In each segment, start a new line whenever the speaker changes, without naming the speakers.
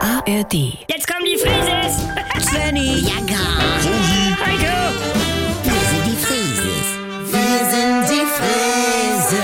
ARD.
Jetzt kommen die Frises!
Svenny,
Ja, gar.
Heiko!
Wir sind die Frieses. Wir sind die Frieses.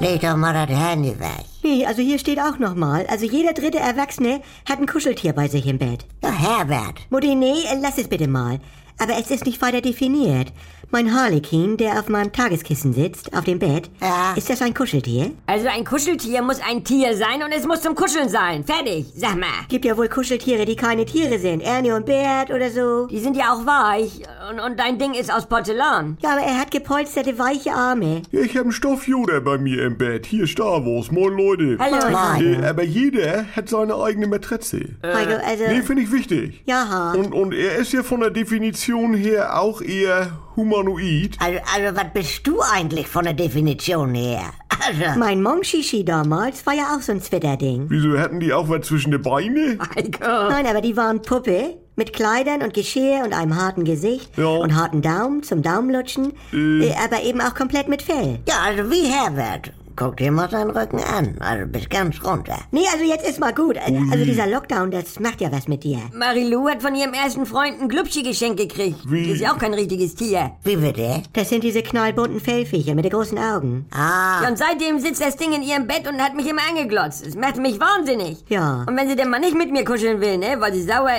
Leg doch mal das Handy weg.
nee, also hier steht auch nochmal. Also jeder dritte Erwachsene hat ein Kuscheltier bei sich im Bett.
Ja, Herbert.
Mutti, nee, äh, lass es bitte mal. Aber es ist nicht weiter definiert. Mein Harlekin, der auf meinem Tageskissen sitzt, auf dem Bett,
Ja.
ist das ein Kuscheltier?
Also ein Kuscheltier muss ein Tier sein und es muss zum Kuscheln sein. Fertig, sag mal.
Gibt ja wohl Kuscheltiere, die keine Tiere sind. Ernie und Bert oder so.
Die sind ja auch weich und, und dein Ding ist aus Porzellan.
Ja, aber er hat gepolsterte, weiche Arme.
Ich habe einen Stoffjoder bei mir im Bett. Hier Star Wars. Moin, Leute.
Hallo.
Nee,
Nein.
aber jeder hat seine eigene Matratze.
Heiko, also...
Nee, finde ich wichtig.
Jaha.
Und, und er ist ja von der Definition her auch eher humanoid.
Also, also, was bist du eigentlich von der Definition her? Also,
Mein Momshishi damals war ja auch so ein Zwitterding.
Wieso hatten die auch was zwischen den Beinen?
Heiko.
Nein, aber die waren Puppe. Mit Kleidern und Geschirr und einem harten Gesicht
Ja.
und harten Daumen zum Daumenlutschen, äh. aber eben auch komplett mit Fell.
ja, also wie Herbert. Guck dir mal seinen Rücken an. Also, bis ganz runter.
Nee, also jetzt ist mal gut. Also dieser Lockdown, das macht ja was mit dir.
Marilou hat von ihrem ersten Freund ein Glübschi-Geschenk gekriegt.
Wie?
Das ist ja auch kein richtiges Tier.
Wie bitte?
Das sind diese knallbunten Fellviecher mit den großen Augen.
Ah,
Ja, und seitdem sitzt das Ding in ihrem Bett und hat mich immer angeglotzt. Es macht mich wahnsinnig.
Ja.
Und wenn sie denn mal nicht mit mir kuscheln will, ne, weil sie sauer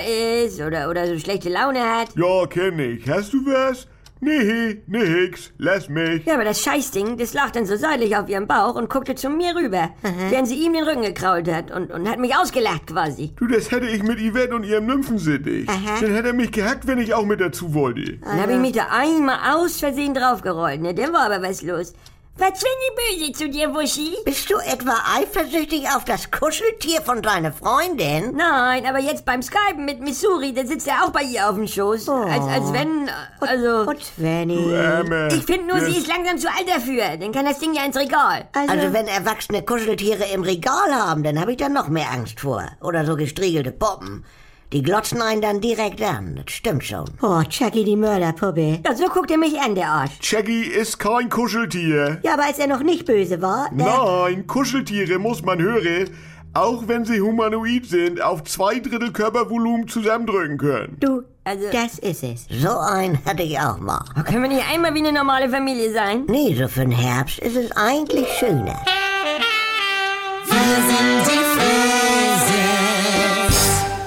ist oder, oder so schlechte Laune hat.
Ja, kenn ich. Hast du was? Nee, nee, nix. Lass mich.
Ja, aber das Scheißding, das lag dann so seitlich auf ihrem Bauch und guckte zu mir rüber, während sie ihm den Rücken gekrault hat und, und hat mich ausgelacht quasi.
Du, das hätte ich mit Yvette und ihrem Nymphensittich.
Aha.
Dann hätte er mich gehackt, wenn ich auch mit dazu wollte.
Dann
Also.
habe ich mich da einmal aus Versehen draufgerollt, ne, dann war aber was los. Was wenn die Böse zu dir, Wuschi?
bist du etwa eifersüchtig auf das Kuscheltier von deiner Freundin?
Nein, aber jetzt beim Skypen mit Missouri, da sitzt er auch bei ihr auf dem Schoß. Als, als wenn, äh, also...
Oh. Und Svenny.
Ähm,
Ich finde nur,
das-
sie ist langsam zu alt dafür. Dann kann das Ding ja ins Regal.
Also, wenn Erwachsene Kuscheltiere im Regal haben, dann habe ich da noch mehr Angst vor. Oder so gestriegelte Puppen. Die glotzen einen dann direkt an. Das stimmt schon.
Oh, Chucky die Mörderpuppe.
Ja, so guckt er mich an, der Arsch.
Shaggy ist kein Kuscheltier.
Ja, aber als er noch nicht böse war, da-
Nein, Kuscheltiere muss man höre, auch wenn sie humanoid sind, auf zwei Drittel Körpervolumen zusammendrücken können.
du,
Also-
das ist es.
So einen hatte ich auch mal.
Können wir nicht einmal wie eine normale Familie sein?
Nee, so für den Herbst ist es eigentlich schöner.